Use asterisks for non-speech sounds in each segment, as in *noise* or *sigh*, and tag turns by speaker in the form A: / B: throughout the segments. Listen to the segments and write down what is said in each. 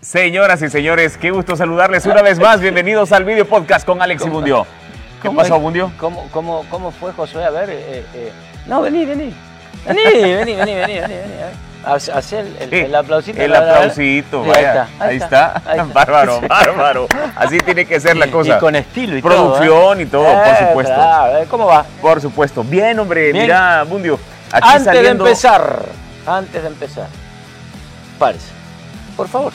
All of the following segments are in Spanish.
A: Señoras y señores, qué gusto saludarles una vez
B: *laughs*
A: más. Bienvenidos al video podcast con Alex y Bundio. ¿Qué
B: ¿Cómo
A: pasó,
B: es?
A: Bundio?
B: ¿Cómo, cómo, cómo fue Josué? A ver, eh, eh, no, vení, vení. Vení, vení, vení, vení, vení. vení. Haz- haz el, el, el aplausito.
A: Eh, El
B: a ver, a ver.
A: aplausito,
B: Sí,
A: vaya. Ahí está.
B: ahí está.
A: *laughs* Bárbaro, bárbaro. Así tiene que ser la cosa.
B: Y con estilo y todo. ¿eh?
A: Producción y todo, por supuesto.
B: claro, eh, ¿Cómo va?
A: Por supuesto. Bien, hombre.
B: Bien.
A: Mira, Bundio. Aquí
B: antes
A: saliendo-
B: de empezar, antes de empezar, párese. Por favor,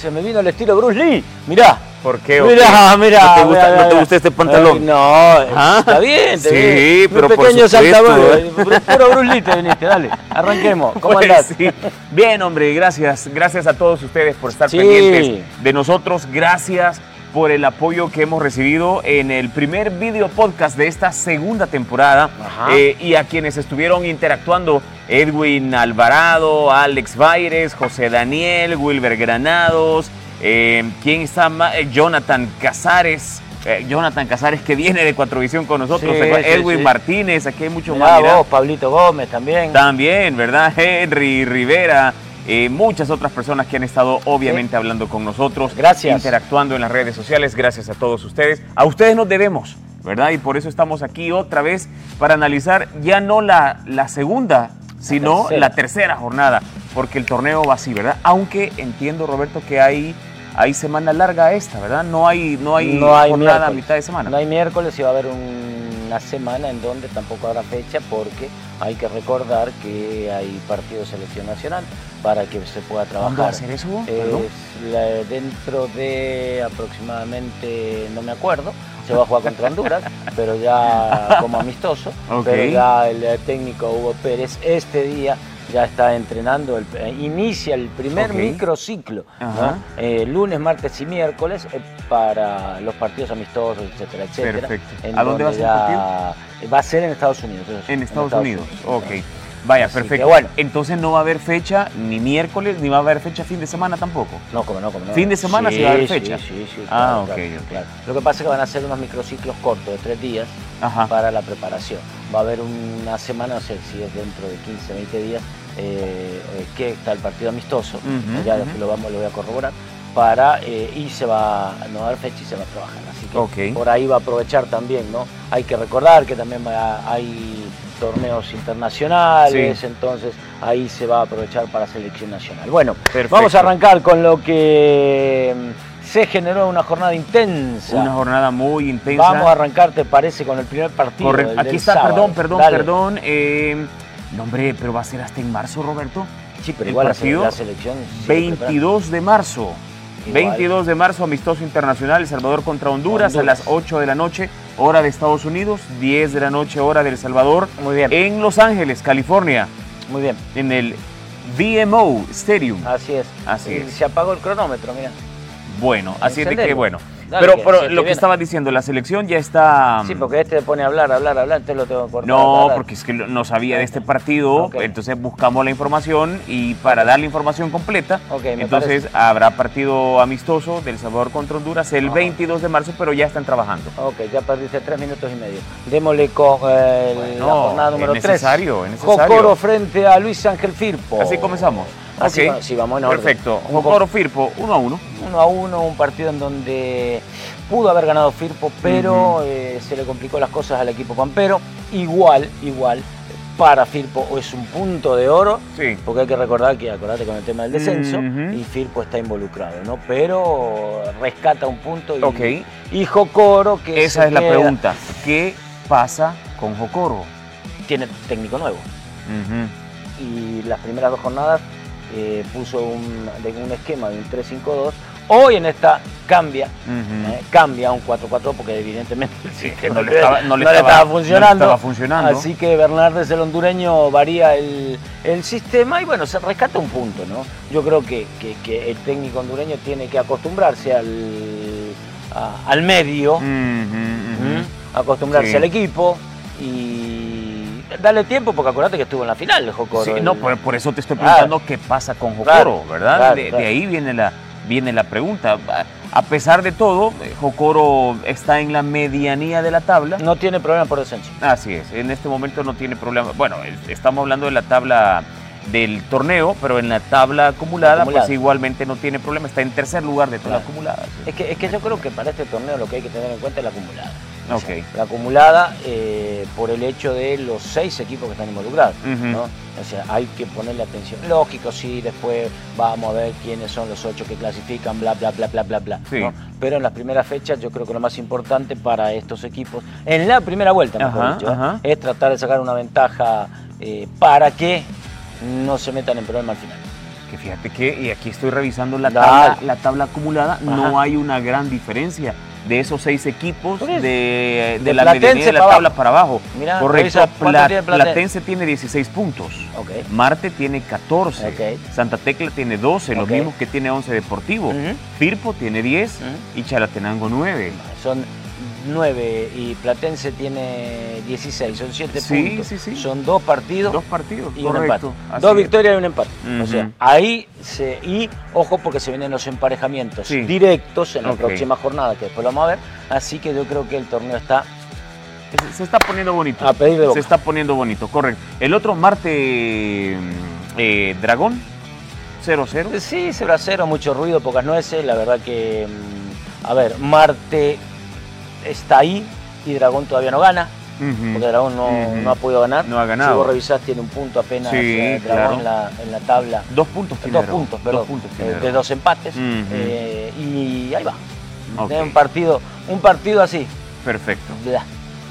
B: se me vino el estilo Bruce Lee. Mirá.
A: ¿Por qué? o qué?
B: Mirá, mirá.
A: ¿No te gusta,
B: mirá,
A: no te
B: mirá.
A: gusta este
B: Ay,
A: pantalón?
B: no, eh,
A: Ah.
B: está bien. Te
A: Sí,
B: vi.
A: pero
B: Un
A: por
B: pequeño
A: supuesto.
B: saltamontes, eh, pu- Puro Bruce Lee te viniste, dale. Arranquemos. ¿Cómo
A: *laughs* Pues
B: andás?
A: sí. Bien, hombre, gracias. Gracias a todos ustedes por estar
B: Sí.
A: pendientes de nosotros. Gracias por el apoyo que hemos recibido en el primer video podcast de esta segunda temporada.
B: Ajá.
A: Eh, y a quienes estuvieron interactuando, Edwin Alvarado, Alex Baires, José Daniel, Wilber Granados, eh, ¿quién está más? Eh, Jonathan Casares. eh, Jonathan Casares que viene de Cuatrovisión con nosotros,
B: Sí,
A: ¿se acuerdan?
B: sí,
A: Edwin
B: sí.
A: Martínez, aquí hay mucho
B: Mirá
A: más. mirá.
B: vos, Pablito Gómez también.
A: También, ¿verdad? *laughs* Henry Rivera, eh, muchas otras personas que han estado obviamente hablando con nosotros.
B: Gracias.
A: Interactuando en las redes sociales. Gracias a todos ustedes. A ustedes nos debemos, ¿verdad? Y por eso estamos aquí otra vez para analizar ya no la, la segunda, sino
B: tercera.
A: la tercera jornada, porque el torneo va así, ¿verdad? Aunque entiendo, Roberto, que hay, hay semana larga esta, ¿verdad? No hay, no hay, jornada a
B: miércoles.
A: mitad de semana.
B: No hay miércoles y va a haber un- una semana en donde tampoco habrá fecha porque hay que recordar que hay partido de selección nacional para que se pueda
A: ¿Cuándo va a
B: trabajar. Eh,
A: ser eso? Perdón.
B: Es la- dentro de aproximadamente, no me acuerdo, se va a jugar
A: *laughs*
B: contra Honduras, pero ya como amistoso.
A: Ok.
B: Pero ya el eh, técnico Hugo Pérez este día ya está entrenando, el- eh, inicia el primer
A: Ok.
B: microciclo, ¿no?
A: Ajá.
B: Eh, lunes, martes y miércoles, eh, para los partidos amistosos, etcétera, etcétera.
A: Perfecto.
B: en
A: ¿A dónde va a
B: donde
A: ser el partido?
B: ya- Va a ser en Estados Unidos. eso sí,
A: En Estados, Unidos.
B: Entonces,
A: Ok. Vaya,
B: Así que
A: perfecto.
B: bueno.
A: Entonces no va a haber fecha ni miércoles, ni va a haber fecha fin de semana tampoco.
B: No, como no, como no.
A: Fin de semana sí va a haber fecha.
B: Sí, sí, sí.
A: Ah, ok, ok.
B: Lo que pasa es que van a ser unos microciclos cortos de tres días
A: Ajá.
B: para la preparación. Va a haber una semana, no sé si es dentro de 15, 20 días, eh, eh, que está el partido amistoso.
A: Ujú,
B: ya
A: ujú.
B: lo, vamos, lo voy a corroborar. Para, eh, y se va, no va a haber fecha y se va a trabajar. Así que
A: Ok.
B: por ahí va a aprovechar también, ¿no? Hay que recordar que también va- hay torneos internacionales,
A: Sí.
B: entonces ahí se va a aprovechar para selección nacional. Bueno,
A: Perfecto.
B: Vamos a arrancar con lo que mm, se generó una jornada intensa.
A: Una jornada muy intensa.
B: Vamos a arrancar, te parece, con el primer partido.
A: Correcto.
B: el del
A: Aquí está,
B: sábado.
A: perdón, perdón,
B: Dale.
A: perdón. eh, no, hombre, pero va a ser hasta en marzo, Roberto.
B: Sí, pero
A: El
B: igual la se-
A: partido,
B: la selección. sigue
A: 22 de marzo.
B: Igual.
A: 22 de marzo, amistoso internacional, El Salvador contra Honduras,
B: Honduras.
A: a las 8 de la noche, hora de Estados Unidos, 10 de la noche, hora del Salvador,
B: preparando. Muy bien,
A: en Los Ángeles, California,
B: Eh, muy bien.
A: en el BMO Stadium.
B: Así es.
A: Así
B: Y
A: es.
B: Se apagó el cronómetro, mira.
A: Bueno, así es de que
B: Encendelo.
A: bueno.
B: Dale,
A: pero
B: que
A: pero
B: se te
A: lo que
B: viene.
A: estaba diciendo, la selección ya está. mm,
B: Sí, porque este pone a hablar, hablar, hablar, entonces lo tengo que cortar.
A: No,
B: hablar.
A: porque es que lo- no sabía de este partido,
B: Ok.
A: entonces buscamos la información y para dar la información completa,
B: Ok, me
A: entonces habrá partido amistoso del Salvador contra Honduras el
B: Ajá.
A: 22 de marzo, pero ya están trabajando.
B: Ok, ya perdiste tres minutos y medio. Démosle con eh,
A: Bueno,
B: la jornada número
A: es
B: 3.
A: necesario, es necesario.
B: Jocoro frente a Luis Ángel Firpo.
A: Así comenzamos.
B: Así
A: Ok.
B: va- Oh. Ah, sí, vamos en orden.
A: Perfecto.
B: Un poco-
A: Jocoro Firpo, uno a uno.
B: 1 a 1, un partido en donde pudo haber ganado Firpo, pero eh, se le complicó las cosas al equipo pampero. Igual, igual, para Firpo es un punto de oro,
A: Sí.
B: porque hay que recordar que, acordate con el tema del descenso,
A: Ujú.
B: y Firpo está involucrado, ¿no? Pero rescata un punto y,
A: Ok.
B: y Jocoro, que
A: Esa
B: se
A: es la
B: queda-
A: pregunta. ¿Qué pasa con Jocoro?
B: tiene técnico nuevo.
A: Ujú.
B: Y las primeras dos jornadas eh, puso un, de un esquema de un 3-5-2. Hoy en esta cambia,
A: Ujú.
B: eh, cambia a un 4-4 porque evidentemente el
A: Sí,
B: sistema
A: no le estaba- Eh, no le estaba- no le
B: funcionando.
A: estaba funcionando.
B: Así que Bernardes, el hondureño, varía el, el sistema y bueno, se rescata un punto, ¿no? Yo creo que, que- que el técnico hondureño tiene que acostumbrarse al, a- al medio.
A: Ujú, ujú.
B: ¿Mm? acostumbrarse
A: Sí.
B: al equipo y darle tiempo, porque acordate que estuvo en la final el Jocoro.
A: Sí,
B: el-
A: no, pues, por, por eso te estoy
B: Claro.
A: preguntando qué pasa con Jokoro,
B: Claro,
A: ¿verdad?
B: claro,
A: de, de
B: claro.
A: ahí viene la, viene la pregunta. A- A pesar de todo, eh, Jokoro está en la medianía de la tabla.
B: No tiene problema por descenso.
A: Así es, en este momento no tiene problema. Bueno, es- estamos hablando de la tabla del torneo, pero en la tabla acumulada,
B: Acumulada.
A: pues igualmente no tiene problema. Está en tercer lugar de toda la
B: Claro.
A: acumulada. sí.
B: Es que, es que yo creo que para este torneo lo que hay que tener en cuenta es la acumulada.
A: Ok.
B: O sea, la acumulada eh, por el hecho de los seis equipos que están involucrados.
A: Ujú.
B: ¿no? O sea, hay que ponerle atención. Lógico, sí, después vamos a ver quiénes son los ocho que clasifican, bla, bla, bla, bla, bla, bla.
A: Sí.
B: ¿no? Pero en las primeras fechas yo creo que lo más importante para estos equipos, en la primera vuelta, mejor
A: Ajá,
B: dicho, ¿eh?
A: ajá.
B: es tratar de sacar una ventaja eh, para que no se metan en problema al final.
A: Que fíjate que, y aquí estoy revisando la
B: Dale.
A: tabla, la tabla acumulada, no
B: Ajá.
A: hay una gran diferencia de esos seis equipos
B: Por eso.
A: de, de
B: De
A: la
B: Platense
A: medianía de la
B: para
A: tabla
B: abajo.
A: para abajo.
B: Mirá,
A: Correcto,
B: revisa cuánto
A: Pla-
B: tiene Platense.
A: Platense tiene 16 puntos.
B: Ok.
A: Marte tiene 14.
B: Ok.
A: Santa Tecla tiene 12, los
B: Ok.
A: mismos que tiene 11 Deportivo.
B: Ujú.
A: Firpo tiene 10
B: Ujú.
A: y Chalatenango 9.
B: Son nueve y Platense tiene 16, son siete
A: Sí,
B: puntos.
A: sí, sí.
B: Son dos partidos.
A: Dos partidos,
B: y un
A: correcto.
B: empate.
A: así
B: Dos
A: es.
B: victorias y un empate.
A: Ujú.
B: O sea, ahí se. Y ojo porque se vienen los emparejamientos
A: Sí.
B: directos en la
A: Ok.
B: próxima jornada, que después lo vamos a ver. Así que yo creo que el torneo está
A: Se- Se está poniendo bonito.
B: a pedir de
A: Se
B: boca.
A: está poniendo bonito, correcto. El otro Marte eh, Dragón, 0-0.
B: Sí, se bracero, mucho ruido, pocas nueces. La verdad que. mm, A ver, Marte está ahí y Dragón todavía no gana.
A: Ujú.
B: Porque Dragón no,
A: Ujú.
B: no ha podido ganar.
A: No ha ganado.
B: Si vos revisás, tiene un punto apenas
A: Sí,
B: eh, Dragón en, la, en la tabla.
A: Dos puntos tiene
B: Dos
A: Dragón,
B: puntos, perdón.
A: Dos puntos tiene
B: eh, de
A: Dragón.
B: dos empates.
A: Ujú.
B: eh, y ahí va.
A: Ok,
B: Tiene Un partido, un partido así. *laughs*
A: Perfecto.
B: bla.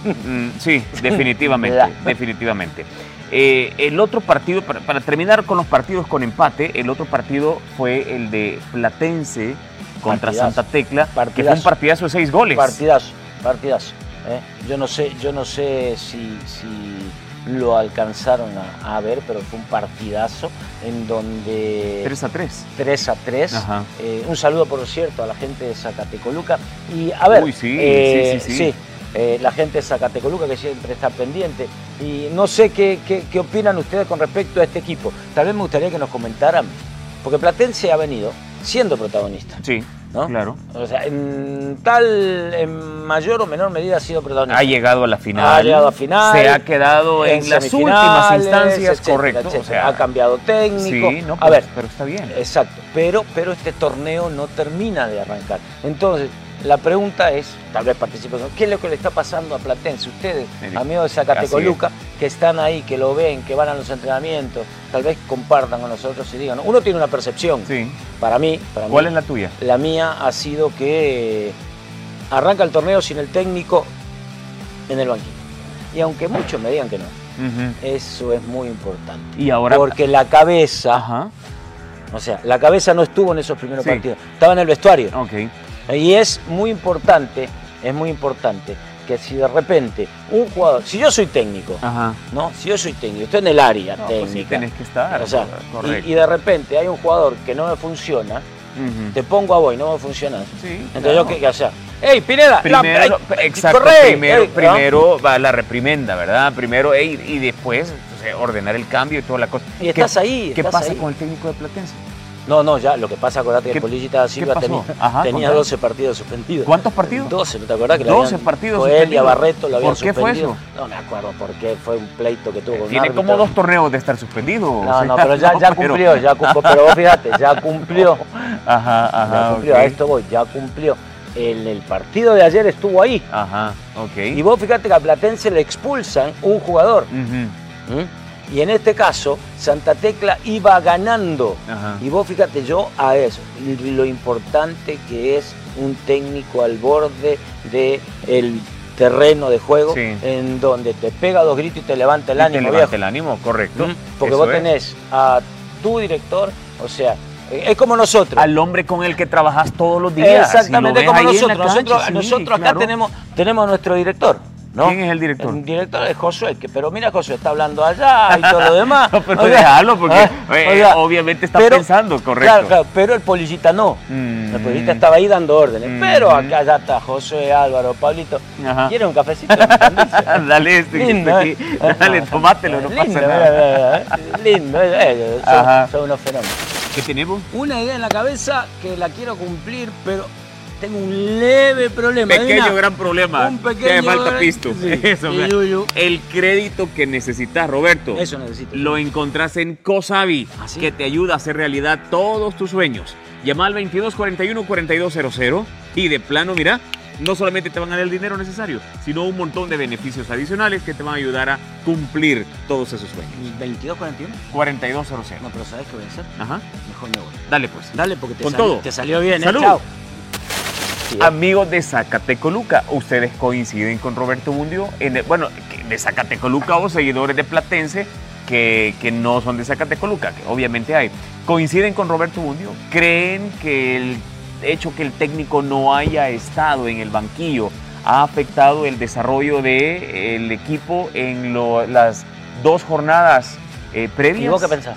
A: Mm, sí, definitivamente,
B: Bla.
A: definitivamente. Eh, el otro partido, para, para terminar con los partidos con empate, el otro partido fue el de Platense contra
B: Partidazo.
A: Santa Tecla, que fue un
B: Partidazo.
A: partidazo de seis goles.
B: Partidazo, partidazo. eh. Yo no sé, yo no sé si, si lo alcanzaron a, a ver, pero fue un partidazo en donde
A: 3 a 3.
B: 3 a 3.
A: Ajá.
B: Eh, un saludo, por cierto, a la gente de Zacatecoluca. Y a ver,
A: Uy, sí,
B: eh,
A: sí, sí, sí.
B: eh, la gente de Zacatecoluca que siempre está pendiente. Y no sé qué, qué- qué opinan ustedes con respecto a este equipo. Tal vez me gustaría que nos comentaran, porque Platense ha venido siendo protagonista.
A: Sí,
B: ¿no?
A: claro.
B: O sea, en tal, en mayor o menor medida ha sido protagonista.
A: Ha llegado a la final.
B: Ha llegado a final,
A: Se ha quedado en, las últimas
B: semifinales,
A: instancias,
B: etcétera,
A: correcto.
B: etcétera.
A: O sea,
B: ha cambiado técnico.
A: Sí, no, pues.
B: a
A: pero-
B: ver,
A: pero está bien.
B: exacto. Pero, pero este torneo no termina de arrancar. Entonces, la pregunta es, tal vez participen, ¿qué es lo que le está pasando a Platense? Ustedes,
A: Mire,
B: amigos de Zacatecoluca, que están ahí, que lo ven, que van a los entrenamientos, tal vez compartan con nosotros y digan. Uno tiene una percepción.
A: Sí.
B: Para mí, para mí,
A: ¿Cuál es la tuya?
B: la mía ha sido que arranca el torneo sin el técnico en el banquillo. Y aunque muchos me digan que no,
A: Ujú.
B: eso es muy importante.
A: Y ahora.
B: Porque la cabeza,
A: Ajá.
B: o sea, la cabeza no estuvo en esos primeros
A: Sí.
B: partidos, estaba en el vestuario.
A: Ok.
B: Y es muy importante, es muy importante que si de repente un jugador, si yo soy técnico,
A: Ajá.
B: ¿no? Si yo soy técnico, estoy en el área
A: Ah. No,
B: técnica.
A: pues sí, tenés que estar.
B: o sea,
A: correcto.
B: y, y de repente hay un jugador que no me funciona,
A: Ujú.
B: te pongo a vos y no me funciona.
A: Sí,
B: Entonces
A: claro.
B: yo ah, qué, qué hacer. ¡Ey, Pineda!
A: Primero,
B: la- ey,
A: exacto,
B: corre,
A: primero,
B: ey, ¿no?
A: primero va la reprimenda, ¿verdad? Primero, ey, y después o sea, ordenar el cambio y toda la cosa.
B: Y estás ahí,
A: ¿Qué
B: estás
A: pasa
B: ahí.
A: con el técnico de Platense?
B: No, no, ya, lo que pasa, acordate que
A: ¿Qué-
B: Polillita da Silva
A: qué pasó?
B: tenía,
A: Ajá,
B: tenía
A: contá.
B: 12 partidos suspendidos.
A: ¿Cuántos partidos?
B: 12, ¿no te acordás? Que lo
A: 12
B: habían-
A: partidos
B: Joel y
A: suspendidos.
B: Barreto lo habían
A: ¿Por qué fue
B: suspendido. No me acuerdo por qué, fue un pleito que tuvo con un
A: Tiene como
B: árbitro.
A: dos torneos de estar suspendido. *laughs* o
B: No,
A: sea,
B: no, pero ya,
A: no,
B: ya
A: pero-
B: cumplió,
A: *laughs*
B: ya cumplió, pero vos fíjate, ya cumplió.
A: Ajá, ajá.
B: ya cumplió,
A: ok.
B: a esto voy, ya cumplió. El, el partido de ayer estuvo ahí.
A: Ajá, ok.
B: Y vos fíjate que a Platense le expulsan un jugador.
A: Ujú,
B: ¿Mm? Y en este caso, Santa Tecla iba ganando.
A: Ajá.
B: Y vos fíjate yo a eso, lo importante que es un técnico al borde del terreno de juego
A: Sí.
B: en donde te pega dos gritos y te levanta el
A: Y te
B: ánimo,
A: levanta
B: viejo.
A: el ánimo, correcto.
B: ¿Mm? Porque
A: Eso
B: vos
A: es.
B: tenés a tu director, o sea, eh, es como nosotros.
A: al hombre con el que trabajas todos los días.
B: Exactamente,
A: Si lo
B: como
A: ves ahí en la
B: nosotros. nosotros,
A: cancha, sí,
B: nosotros acá
A: claro.
B: tenemos, tenemos nuestro director. ¿no?
A: ¿Quién es el director?
B: El director es Josué, que, pero mira, Josué está hablando allá y
A: *laughs*
B: todo lo demás.
A: No, pero
B: O sea,
A: déjalo, porque,
B: ah,
A: eh,
B: o sea,
A: obviamente está pensando, correcto.
B: Claro, claro, pero el policita no.
A: Mm.
B: El policita estaba ahí dando órdenes.
A: Mm.
B: Pero acá ya está Josué, Álvaro, Pablito.
A: Ajá.
B: ¿Quieren un cafecito? ¿Me
A: *laughs*
B: entendés?
A: *laughs* Dale este que
B: Lindo,
A: está
B: ¿eh?
A: aquí. Dale,
B: Ajá.
A: tomátelo, no
B: Lindo,
A: pasa
B: mira,
A: nada.
B: mira, mira, Lindo, eh, eh, son-
A: Ajá.
B: son unos fenómenos
A: ¿Qué tenemos?
B: una idea en la cabeza que la quiero cumplir, pero tengo un leve problema.
A: Pequeño
B: Hay una-
A: gran problema.
B: un
A: Te
B: pequeño
A: hace falta
B: gran-
A: pisto.
B: Sí,
A: *laughs* Eso,
B: y
A: mira.
B: yuyu.
A: El crédito que necesitas, Roberto.
B: Eso necesito.
A: Lo encontrás en Cosabi,
B: ¿Ah, sí?
A: que te ayuda a hacer realidad todos tus sueños. Llama al 2241-4200 y de plano, mira, no solamente te van a dar el dinero necesario, sino un montón de beneficios adicionales que te van a ayudar a cumplir todos esos sueños.
B: 22.41.
A: 4200.
B: No, pero ¿sabes qué voy a hacer?
A: Ajá.
B: Mejor me voy.
A: Dale pues.
B: Dale, porque te,
A: Con
B: salió-
A: todo.
B: te salió bien. ¿eh?
A: Salud. Ah,
B: Chao. Sí, eh.
A: Amigos de Zacatecoluca, ustedes coinciden con Roberto Mundio, en el- bueno, que de Zacatecoluca o seguidores de Platense que, que no son de Zacatecoluca, que obviamente hay, coinciden con Roberto Mundio, creen que el hecho que el técnico no haya estado en el banquillo ha afectado el desarrollo del equipo en lo- las dos jornadas eh, previas.
B: ¿Y vos qué pensás?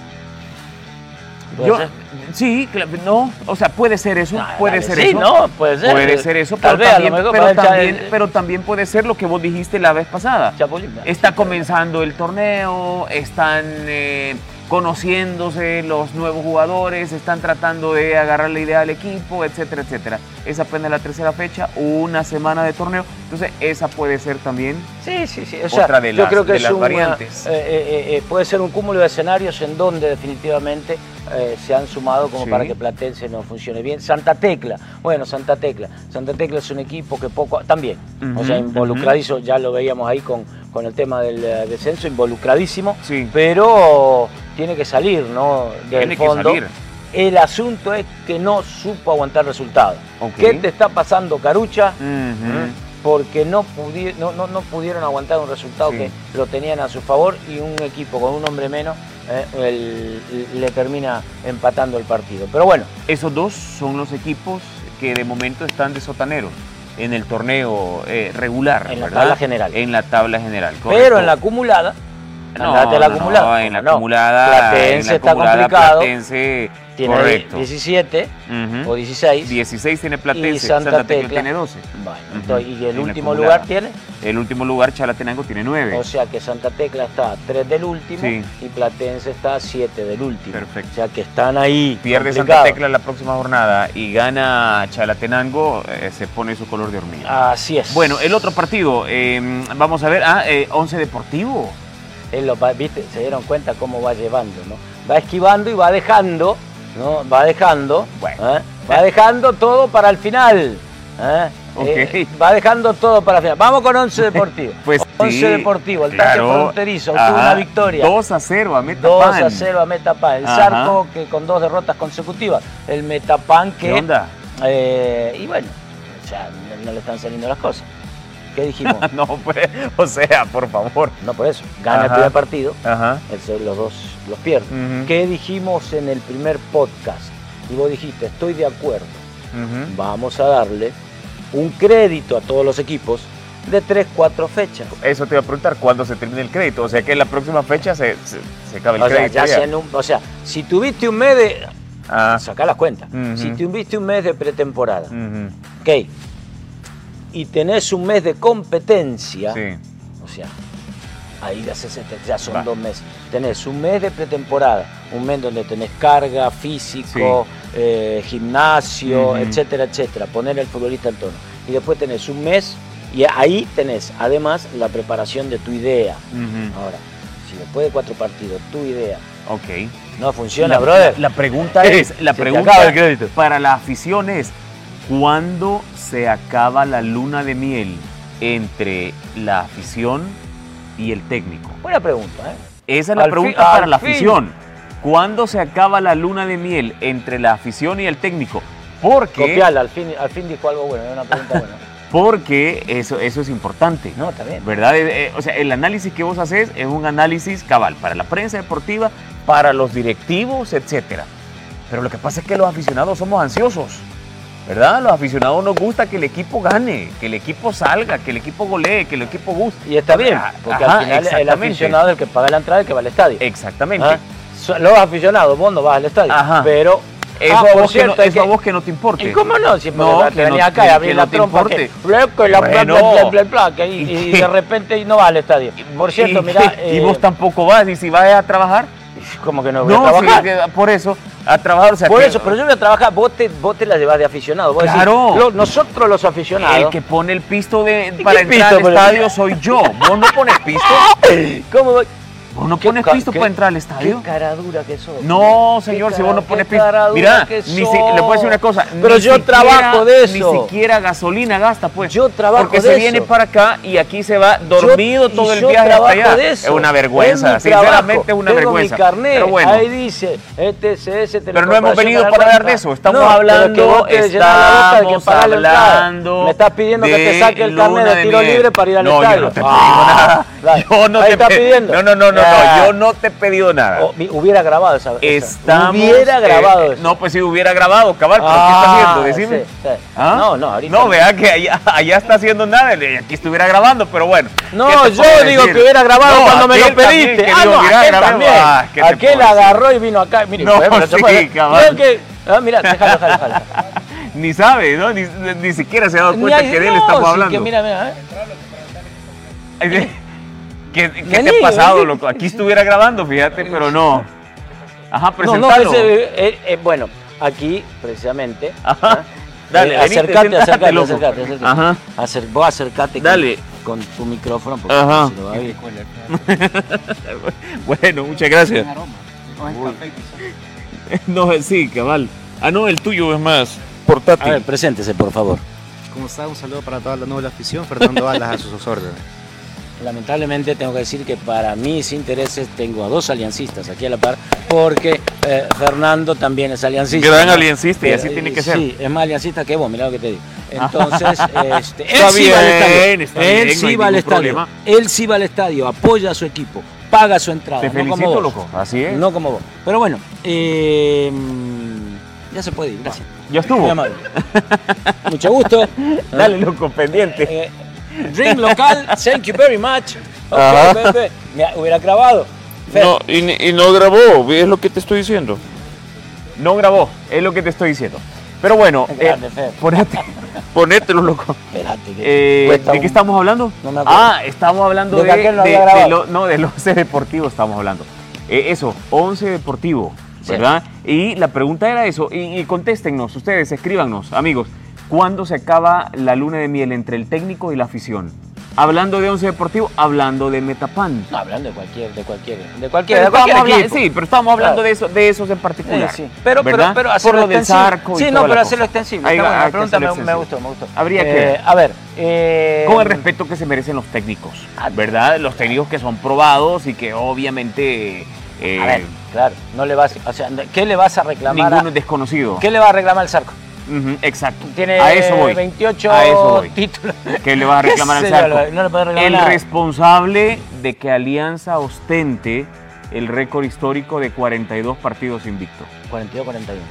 B: ¿Puede
A: Yo-
B: ser?
A: sí, cla- no, o sea, puede ser eso,
B: Ah,
A: puede
B: dale,
A: ser
B: sí,
A: eso.
B: no, puede ser.
A: Puede ser eso, pero,
B: Tal vez, a lo
A: también,
B: mejor
A: pero,
B: para el cha-
A: también,
B: el-
A: pero también puede ser lo que vos dijiste la vez pasada.
B: Chapulín.
A: Está comenzando el torneo, están eh, conociéndose los nuevos jugadores, están tratando de agarrar la idea del equipo, etcétera, etcétera. Es apenas la tercera fecha, una semana de torneo, entonces esa puede ser también.
B: Sí, sí, sí. O sea,
A: Otra de
B: yo
A: las-
B: creo que
A: de
B: es
A: las
B: una-
A: variantes.
B: eh, eh, eh, puede ser un cúmulo de escenarios en donde definitivamente eh, se han sumado como
A: Sí.
B: para que Platense no funcione bien. Santa Tecla, bueno, Santa Tecla. Santa Tecla es un equipo que poco. También, o sea,
A: Ujú,
B: involucradizo, ya lo veíamos ahí con, con el tema del eh, descenso, involucradísimo.
A: Sí.
B: Pero tiene que salir, ¿no? Del
A: Tiene que
B: fondo.
A: salir.
B: El asunto es que no supo aguantar resultados.
A: Ok.
B: ¿Qué te está pasando, Carucha?
A: Ujú.
B: porque no, pudi- no, no, no pudieron aguantar un resultado
A: Sí.
B: que lo tenían a su favor y un equipo con un hombre menos eh, el- le termina empatando el partido. Pero bueno,
A: Esos dos son los equipos que de momento están de sotaneros en el torneo eh, regular,
B: En la
A: ¿verdad?
B: tabla general.
A: En la tabla general,
B: pero en la
A: correcto.
B: acumulada,
A: No,
B: andate a la
A: no,
B: acumulada.
A: no, en la
B: ¿cómo no?
A: acumulada,
B: Platense
A: en la
B: está
A: acumulada
B: complicado.
A: Platense,
B: tiene
A: correcto. ¿Mm?
B: 17
A: Ujú.
B: o 16.
A: 16 tiene Platense,
B: y Santa
A: Tecla
B: Tecla.
A: tiene 12.
B: Bueno,
A: Ujú,
B: entonces, y
A: en
B: el
A: la
B: último
A: acumulada.
B: lugar tiene,
A: El último lugar, Chalatenango, tiene 9.
B: o sea que Santa Tecla está 3 del último
A: Sí.
B: y Platense está 7 del último.
A: Perfecto.
B: O sea que están ahí.
A: Pierde Santa
B: complicados.
A: Tecla la próxima jornada y gana Chalatenango, eh, se pone su color de hormiga.
B: Así es.
A: Bueno, el otro partido, eh, vamos a ver, ah, eh, Once Deportivo.
B: Él lo va- ¿viste? Se dieron cuenta cómo va llevando, ¿no? Va esquivando y va dejando, ¿no? Va dejando,
A: Bueno.
B: ¿eh? va dejando todo para el final. ¿eh?
A: Ok.
B: Eh, va dejando todo para el final. Vamos con
A: *laughs*
B: Once Deportivo.
A: Pues
B: Once
A: sí,
B: Deportivo, el
A: claro.
B: tanque fronterizo, tuvo
A: Ajá,
B: una victoria.
A: 2 a 0 a Metapan.
B: 2 a 0 a Metapan. El
A: Ajá.
B: Zarco que con dos derrotas consecutivas. El Metapan que.
A: ¿Qué onda? *laughs*
B: eh, y bueno, ya no, no le están saliendo las cosas.
A: *laughs*
B: ¿Qué dijimos?
A: No, pues, o sea, por favor.
B: no por eso. Gana el
A: Ajá.
B: primer partido.
A: Ajá.
B: El ser- los dos los pierden.
A: Ujú.
B: ¿Qué dijimos en el primer podcast? Y vos dijiste, estoy de acuerdo,
A: Ujú.
B: vamos a darle un crédito a todos los equipos de 3, 4 fechas.
A: Eso te iba a preguntar, ¿cuándo se termina el crédito? O sea que en la próxima fecha se, se, se acaba el
B: O sea,
A: crédito.
B: ya
A: ya.
B: sea en un- o sea, si tuviste un mes de...
A: Ah,
B: Sacá las cuentas.
A: Ujú.
B: Si tuviste un mes de pretemporada,
A: ujú.
B: ok, y tenés un mes de competencia,
A: Sí.
B: O sea, ahí ya, se- se- ya son
A: Va.
B: dos meses. Tenés un mes de pretemporada, un mes donde tenés carga, físico, eh, gimnasio,
A: Ujú.
B: etcétera, etcétera. Poner al futbolista en tono. Y después tenés un mes y ahí tenés además la preparación de tu idea.
A: ujú.
B: Ahora, si después de cuatro partidos tu idea
A: Ok.
B: no funciona, brother.
A: La, pregunta es, la
B: se te
A: pregunta
B: acaba el crédito.
A: para la afición es, ¿cuándo se acaba la luna de miel entre la afición y el técnico?
B: Buena pregunta, ¿eh?
A: Esa es la
B: Al
A: pregunta
B: fin-
A: para
B: al
A: la
B: fin.
A: afición. ¿Cuándo se acaba la luna de miel entre la afición y el técnico? Porque *laughs*
B: Copiala, al fin, al fin dijo algo bueno, era una pregunta buena.
A: porque eso, eso es importante.
B: No, está bien.
A: ¿Verdad? Eh, eh, o sea, el análisis que vos haces es un análisis cabal para la prensa deportiva, para los directivos, etcétera. Pero lo que pasa es que los aficionados somos ansiosos, ¿verdad? Los aficionados nos gusta que el equipo gane, que el equipo salga, que el equipo golee, que el equipo guste.
B: Y está bien, porque
A: Ah, Ajá,
B: al final el
A: exactamente.
B: aficionado es el que paga la entrada y el que va al estadio.
A: Exactamente.
B: Ah, so- Los aficionados, vos no vas al estadio.
A: Ajá.
B: Pero.
A: Eso,
B: Ah,
A: a,
B: por
A: vos que no,
B: cierto, hay
A: eso a
B: que-
A: vos que no te importe.
B: ¿Y cómo no? Siempre
A: No,
B: no,
A: que no-
B: acá y
A: que-
B: abrí
A: que
B: la
A: no te
B: trompa.
A: importe.
B: Que, bla, que la, bla, bla,
A: Bueno.
B: bla, bla, bla, que- y,
A: *laughs*
B: y de repente y no vas al estadio. Por cierto,
A: Y-
B: mirá.
A: *laughs* Y
B: eh,
A: vos tampoco vas, y si vas a trabajar,
B: Como que no voy a trabajar.
A: sí, que- por eso, a trabajar, o sea,
B: Por
A: que-
B: eso, pero yo voy a trabajar, vos te, vos te la llevás de aficionado. Vos decís,
A: Claro.
B: lo- nosotros los aficionados.
A: el que pone el pisto de,
B: ¿Y
A: para
B: qué
A: entrar
B: pisto,
A: al
B: pero?
A: estadio soy yo. Vos no pones
B: *laughs*
A: pisto,
B: ¿Cómo voy?
A: vos no
B: ¿Qué
A: pones
B: ca-
A: pisto
B: qué-
A: para entrar al
B: Qué
A: estadio.
B: cara dura que sos.
A: No,
B: Qué
A: señor, si
B: cara-
A: vos no
B: qué
A: pones pisto.
B: cara dura
A: Mirá,
B: que
A: ni si-
B: sos.
A: le puedo decir una cosa.
B: Pero
A: ni
B: yo
A: siquiera-
B: trabajo de eso.
A: Ni siquiera gasolina gasta, pues.
B: Yo trabajo
A: Porque
B: de
A: se
B: eso.
A: viene para acá y aquí se va dormido
B: Yo- y
A: todo el
B: yo
A: viaje hasta
B: trabajo
A: allá.
B: de
A: Es
B: eso.
A: una vergüenza,
B: Es mi trabajo.
A: sinceramente es una
B: Tengo
A: vergüenza.
B: Mi carnet,
A: pero bueno.
B: Ahí dice, este, ETCS,
A: Pero no hemos venido para hablar de eso, estamos
B: No, pero
A: hablando,
B: que vos te llenás la boca de que
A: estamos
B: pagás la entrada.
A: hablando
B: Me estás pidiendo que te
A: de
B: saque el carnet
A: luna
B: de
A: de
B: tiro
A: miel.
B: libre para ir al
A: No, yo
B: estadio.
A: no te
B: Ah,
A: pedí nada.
B: dale.
A: Yo no
B: Ahí
A: te
B: estás
A: pe-
B: pidiendo.
A: No, no, no, no,
B: Ah.
A: no, yo no te he pedido nada.
B: O- hubiera grabado esa. esa.
A: Estamos,
B: Hubiera
A: eh,
B: grabado eso.
A: no, pues si hubiera grabado, cabal, pero
B: Ah,
A: ¿qué está haciendo? Decime.
B: sí, sí.
A: ¿Ah?
B: No, no, ahorita.
A: No, vea que allá, allá está haciendo nada, y aquí estuviera grabando, pero bueno.
B: No,
A: ¿qué te
B: yo
A: puedo
B: digo
A: decir?
B: que hubiera grabado
A: No,
B: cuando me lo
A: aquel también
B: pediste.
A: que
B: Ah,
A: digo,
B: no,
A: hubiera
B: aquel
A: grabado.
B: también.
A: Ah, ¿qué te
B: aquel
A: puedo decir?
B: agarró y vino acá. Mire,
A: No,
B: pues, pero se
A: sí,
B: puede-
A: cabal.
B: Creo que- Ah,
A: *laughs*
B: mira, déjalo, déjalo, déjalo.
A: Ni sabe, ¿no? Ni, ni siquiera se ha dado
B: Ni
A: cuenta
B: hay-
A: que de él
B: no,
A: estamos
B: sí,
A: hablando. *laughs*
B: que mira, eh, mira, eh.
A: ¿Qué, qué
B: Vení,
A: te ha pasado,
B: vení.
A: loco? Aquí estuviera grabando, fíjate, pero no. Ajá,
B: No, no,
A: presentalo.
B: ese, eh, eh, bueno, aquí, precisamente.
A: Ajá.
B: ¿ah?
A: Dale,
B: Eh,
A: venite,
B: acercate,
A: sentate,
B: acercate,
A: loco.
B: acercate, acercate.
A: Ajá.
B: Acer- vos acercate con-
A: Dale.
B: Con, tu micrófono porque
A: Ajá.
B: no se lo va a ver.
A: Bueno, muchas gracias.
B: Uy.
A: *laughs* No, sí, cabal. Ah, no, el tuyo es más
B: A
A: portátil.
B: ver, preséntese, por favor.
C: ¿Cómo está? Un saludo para toda la noble afición. Fernando Alas a sus órdenes.
B: Lamentablemente tengo que decir que para mis intereses tengo a dos aliancistas aquí a la par, porque eh, Fernando también es aliancista. eh,
A: Gran aliancista, y así tiene que ser.
B: Sí, es más aliancista que vos, mirá lo que te
A: *laughs*
B: digo. Entonces, este,
A: Está
B: él sí va al
A: bien,
B: estadio.
A: está
B: él
A: bien,
B: sí
A: no hay
B: va al
A: ningún
B: estadio.
A: problema.
B: Él sí va al estadio, apoya a su equipo, paga su entrada.
A: Te
B: no como
A: felicito,
B: vos.
A: loco. Así es.
B: No como vos. Pero bueno, eh, ya se puede ir, gracias.
A: Ya
B: Muy
A: estuvo.
B: amable. Mucho gusto.
A: *laughs* Dale, loco, pendiente.
B: Eh, Dream local, thank you very much. Ok,
A: Ajá.
B: Pepe, me hubiera grabado. Fer,
A: y, no grabó, es lo que te estoy diciendo. No grabó, es lo que te estoy diciendo. Pero bueno, eh,
B: Grande, Fer.
A: ponete, *laughs* ponételo, loco.
B: espérate. que
A: Eh,
B: cuesta
A: ¿De qué
B: un-
A: estamos hablando?
B: No me acuerdo.
A: ah, estamos hablando
B: De
A: de,
B: que aquel no
A: de-
B: había grabado.
A: de lo- no, de los 11 deportivos estamos hablando. Eh, eso, 11 deportivo,
B: Sí.
A: ¿verdad? Y la pregunta era eso, y, y contéstennos, ustedes, escríbanos, amigos, ¿cuándo se acaba la luna de miel entre el técnico y la afición? Hablando de 11 deportivo, hablando de Metapan.
B: No, hablando de cualquier, de cualquier, de
A: Pero
B: cualquier, de
A: estábamos
B: cualquier
A: habla-
B: equipo.
A: sí, pero estábamos hablando
B: Claro.
A: de, eso, de esos en
B: Sí,
A: particular.
B: sí. Pero, pero,
A: ¿verdad?
B: pero
A: Por
B: hacerlo
A: lo del
B: extensible.
A: Zarco y
B: Sí,
A: toda la
B: no, pero
A: cosa.
B: hacerlo extensible.
A: Ahí
B: Está
A: va,
B: buena,
A: hay
B: la
A: que
B: pregunta me,
A: hacerlo
B: me
A: extensible.
B: gustó, me gustó.
A: Habría
B: Eh,
A: que-
B: A ver. eh,
A: Con el respeto que se merecen los técnicos,
B: Ah,
A: ¿verdad? Los técnicos que son probados y que obviamente eh,
B: A ver, claro, no le vas, o sea, ¿qué le vas a reclamar? a-
A: ninguno es desconocido.
B: ¿Qué le va a reclamar al Zarco?
A: Ujú, exacto.
B: Tiene
A: a eso voy.
B: 28
A: A eso voy.
B: títulos.
A: ¿Qué le vas a
B: *laughs* ¿Qué
A: reclamar al
B: se le va a-
A: Zarco?
B: no le puedes reclamar
A: El
B: nada.
A: responsable de que Alianza ostente el récord histórico de 42 partidos invictos.
B: 42-41.
A: 42.